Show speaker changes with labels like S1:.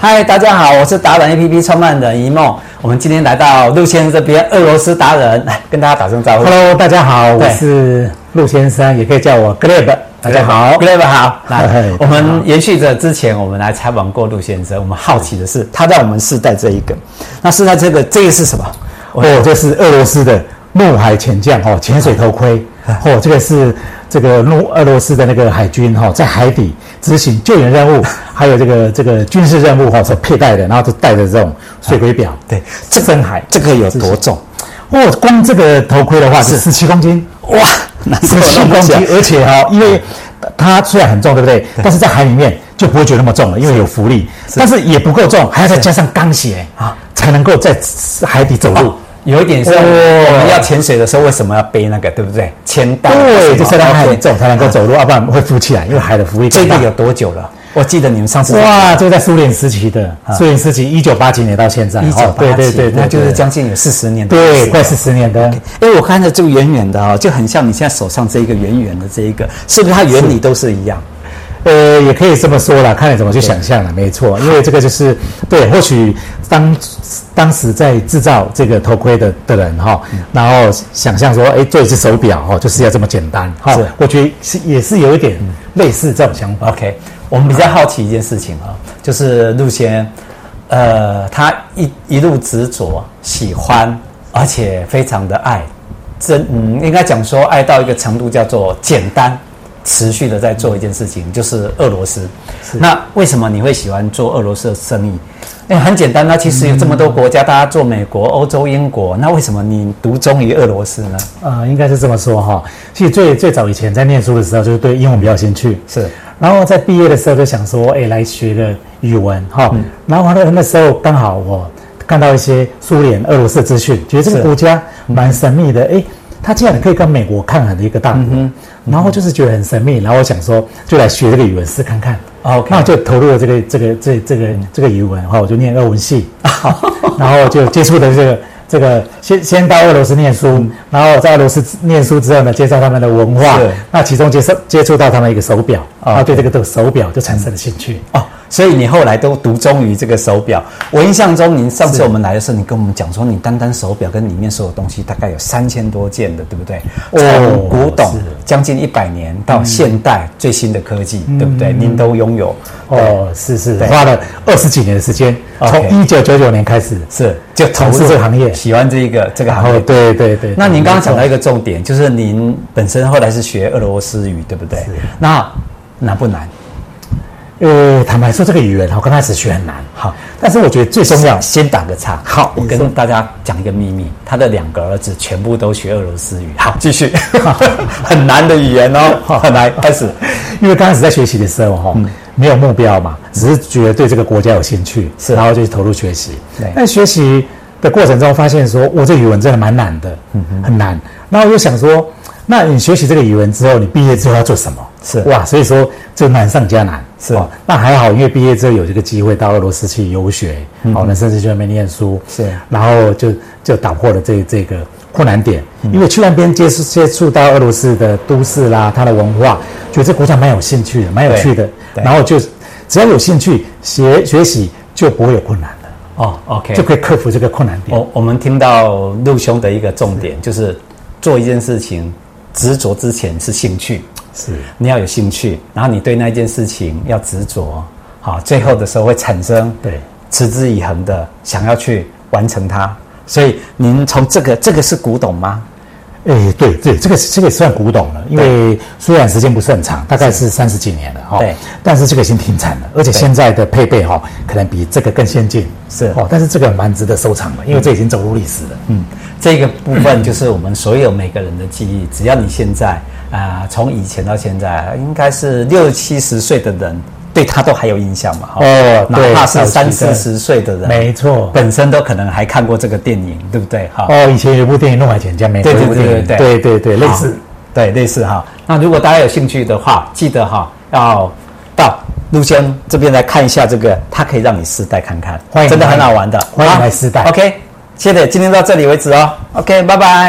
S1: 嗨，大家好，我是达人 APP 创办人一梦。我们今天来到陆先生这边，俄罗斯达人，来跟大家打声招呼。
S2: Hello，大家好，我
S1: 对
S2: 是陆先生，也可以叫我 Gleb。大家好
S1: g l a b 好。
S2: 嗨
S1: 来，我
S2: 大家
S1: 们延续着之前我们来采访过陆先生，我们好奇的是他在我们世代这一个，那世代这个这个是什么？
S2: 哦，这是俄罗斯的怒海潜将哦，潜水 头盔哦，这个是这个怒俄罗斯的那个海军哈、哦，在海底执行救援 任务，还有这个这个军事任务哈、哦、所佩戴的，然后就带着这种水鬼表，
S1: 对
S2: 这深海
S1: 这个有多重？
S2: 哦，光这个头盔的话是十七公斤，
S1: 哇， 难怪
S2: 十
S1: 我
S2: 七
S1: 那么
S2: 公
S1: 小
S2: 斤，而且哈、因
S1: 嗯
S2: 为它虽然很重，对不对？但是在海里面就不会觉得那么重了，因为有浮力，但是也不够重，还要再加上钢鞋
S1: 啊
S2: 啊，才能够在海底走路
S1: 哦。有一点像
S2: 哦
S1: 我们要潜水的时候，为什么要背那个，对不对？铅啊带
S2: 对，就是让它
S1: 海
S2: 很重才能够走路，啊要不然会浮起来，因为海的浮力
S1: 哦啊这
S2: 更
S1: 个
S2: 大。
S1: 有多久了？我记得你们上次哦
S2: 哇，这个在苏联时期的，苏联时期一九八几年到现在，
S1: 一九
S2: 哦对
S1: 八
S2: 对
S1: 七
S2: 对，，对
S1: 那就是
S2: 对
S1: 将近有四十年的历史
S2: 对，
S1: 了
S2: 快四十年的。
S1: 哎，我看着这个圆圆的哦，就很像你现在手上这一个圆圆的这一个，是不是它原理都是一样？
S2: 呃，也可以这么说啦，看你怎么去想象了，没错，因为这个就是对，或许当当时在制造这个头盔的的人哈、然后想象说，哎，做一只手表哈、就是要这么简单哈、
S1: 是
S2: 我觉得是也是有一点类似这种想法。
S1: OK，我们比较好奇一件事情啊、就是陆先，呃，他一一路执着、喜欢，而且非常的爱，真嗯，应该讲说爱到一个程度，叫做简单、持续的在做一件事情，嗯就是俄罗斯。那为什么你会喜欢做俄罗斯的生意？哎，很简单啊，其实有这么多国家，大家做美国、欧洲、英国，那为什么你独钟于俄罗斯呢？
S2: 呃，应该是这么说哈、其实最最早以前在念书的时候，就是对英文比较有兴趣，
S1: 是
S2: 然后在毕业的时候就想说，哎，来学个语文哈、
S1: 嗯
S2: 然后呢，那时候刚好我看到一些苏联、俄罗斯的资讯，觉得这
S1: 是嗯
S2: 个国家蛮神秘的，哎，它竟然可以跟美国抗衡的一个大
S1: 嗯
S2: 国，然后就是觉得很神秘，然后我想说，就来学这个语文试看看。
S1: OK
S2: 那我就投入了这个这个这这个这个语文哈，我就念俄文系，然后就接触的这个这个先先到俄罗斯念书，然后在俄罗斯念书之后呢，介绍他们的文化
S1: 是，
S2: 那其中接触接触到他们一个手表，
S1: 哦
S2: 啊，对这个的手表就产生了兴趣。
S1: 哦，所以你后来都独钟于这个手表。我印象中，您上次我们来的时候，你跟我们讲说，你单单手表跟里面所有东西大概有三千多件的，对不对？从古董
S2: 哦是
S1: 将近一百年到现代最新的科技，对不
S2: 嗯
S1: 对？您都拥有，
S2: 哦，是是
S1: 对，
S2: 花了二十几年的时间，从
S1: OK
S2: 一九九九年开始，
S1: 是就投
S2: 从
S1: 入
S2: 事这个行业
S1: 喜欢这一个这个
S2: 然
S1: 行
S2: 后
S1: 业。
S2: 对对对。
S1: 那您刚刚讲到
S2: 没
S1: 一个重点，就是您本身后来是学俄罗斯语，对不对？那难不难？
S2: 错，呃，坦白说这个语言，我刚开始学很难，
S1: 好，
S2: 但是我觉得最重要
S1: 先打个岔。
S2: 好
S1: 我
S2: 你说
S1: 跟大家讲一个秘密，他的两个儿子全部都学俄罗斯语。好，继续， 很难的语言哦。好，来开始。
S2: 因为刚开始在学习的时候
S1: 嗯
S2: 哈、没有目标嘛，只是觉得对这个国家有兴趣，
S1: 是
S2: 然后就投入学习
S1: 对。
S2: 但学习的过程中发现说，我这语文真的蛮难的，
S1: 嗯
S2: 很难。然后我就想说，那你学习这个语文之后，你毕业之后要做什么？
S1: 是
S2: 哇，所以说就难上加难。哦
S1: 是
S2: 那还好，因为毕业之后有这个机会到俄罗斯去游学，
S1: 嗯
S2: 哦，那甚至去那边念书，
S1: 是
S2: 然后就就打破了这这个困难点，
S1: 嗯
S2: 因为去那边接触接触到俄罗斯的都市啦，它的文化，觉得这国家蛮有兴趣的，蛮有趣的
S1: 对，对
S2: 然后就只要有兴趣学学习就不会有困难了，
S1: 哦，OK，
S2: 就可以克服这个困难点。
S1: 我我们听到陆兄的一个重点就是，做一件事情执着之前是兴趣，
S2: 是
S1: 你要有兴趣，然后你对那一件事情要执着，好，最后的时候会产生
S2: 对
S1: 持之以恒的想要去完成它。所以您从这个这个是古董吗？
S2: 哎，对对，这个这个也算古董了，因为虽然时间不是很长，大概是三十几年了哈、哦
S1: 对
S2: 但是这个已经停产了，而且现在的配备哈、哦可能比这个更先进，
S1: 是
S2: 哦，但是这个蛮值得收藏的，因为这已经走入历史了。嗯，
S1: 这个部分就是我们所有每个人的记忆。只要你现在啊、呃从以前到现在，应该是六七十岁的人，对他都还有印象嘛？哈
S2: 哦
S1: 哪
S2: 对
S1: 怕是
S2: 早期
S1: 三
S2: 的
S1: 四十岁的人，
S2: 没错
S1: 本身都可能还看过这个电影，对不对？哈、
S2: 哦，以前有一部电影《怒海潜江》，美国
S1: 对对
S2: 有一部
S1: 对
S2: 电
S1: 对
S2: 影，
S1: 对
S2: 对对对，类
S1: 好
S2: 似。
S1: 啊对类似哈。那如果大家有兴趣的话，记得哈要到陆先这边来看一下这个，它可以让你试戴看看，
S2: 欢迎
S1: 真的很好玩的，
S2: 欢迎
S1: 好
S2: 来试戴
S1: OK，谢谢，今天到这里为止哦。OK，拜拜。